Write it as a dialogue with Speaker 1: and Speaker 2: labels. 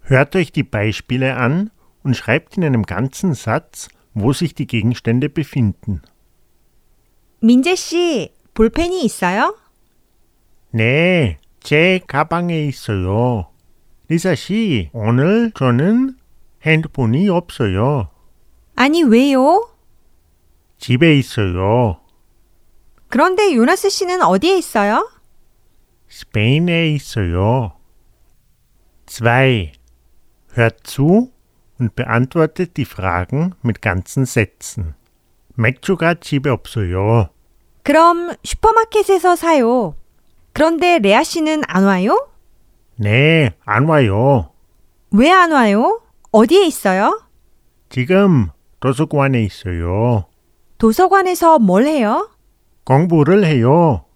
Speaker 1: Hört euch die Beispiele an und schreibt in einem ganzen Satz, wo sich die Gegenstände befinden.
Speaker 2: 민재 씨, 볼펜이 있어요?
Speaker 1: 네, 제 가방에 있어요. 리사 씨, 오늘 저는 핸드폰이 없어요.
Speaker 2: 아니, 왜요?
Speaker 1: 집에 있어요.
Speaker 2: 그런데 요나스 씨는 어디에 있어요?
Speaker 1: 스페인에 있어요. 2. Hört zu und beantwortet die Fragen mit ganzen Sätzen. 맥주가 집에 없어요.
Speaker 2: 그럼 슈퍼마켓에서 사요. 그런데 레아 씨는 안 와요?
Speaker 1: 네, 안 와요.
Speaker 2: 왜 안 와요? 어디에 있어요?
Speaker 1: 지금 도서관에 있어요.
Speaker 2: 도서관에서 뭘 해요?
Speaker 1: 공부를 해요.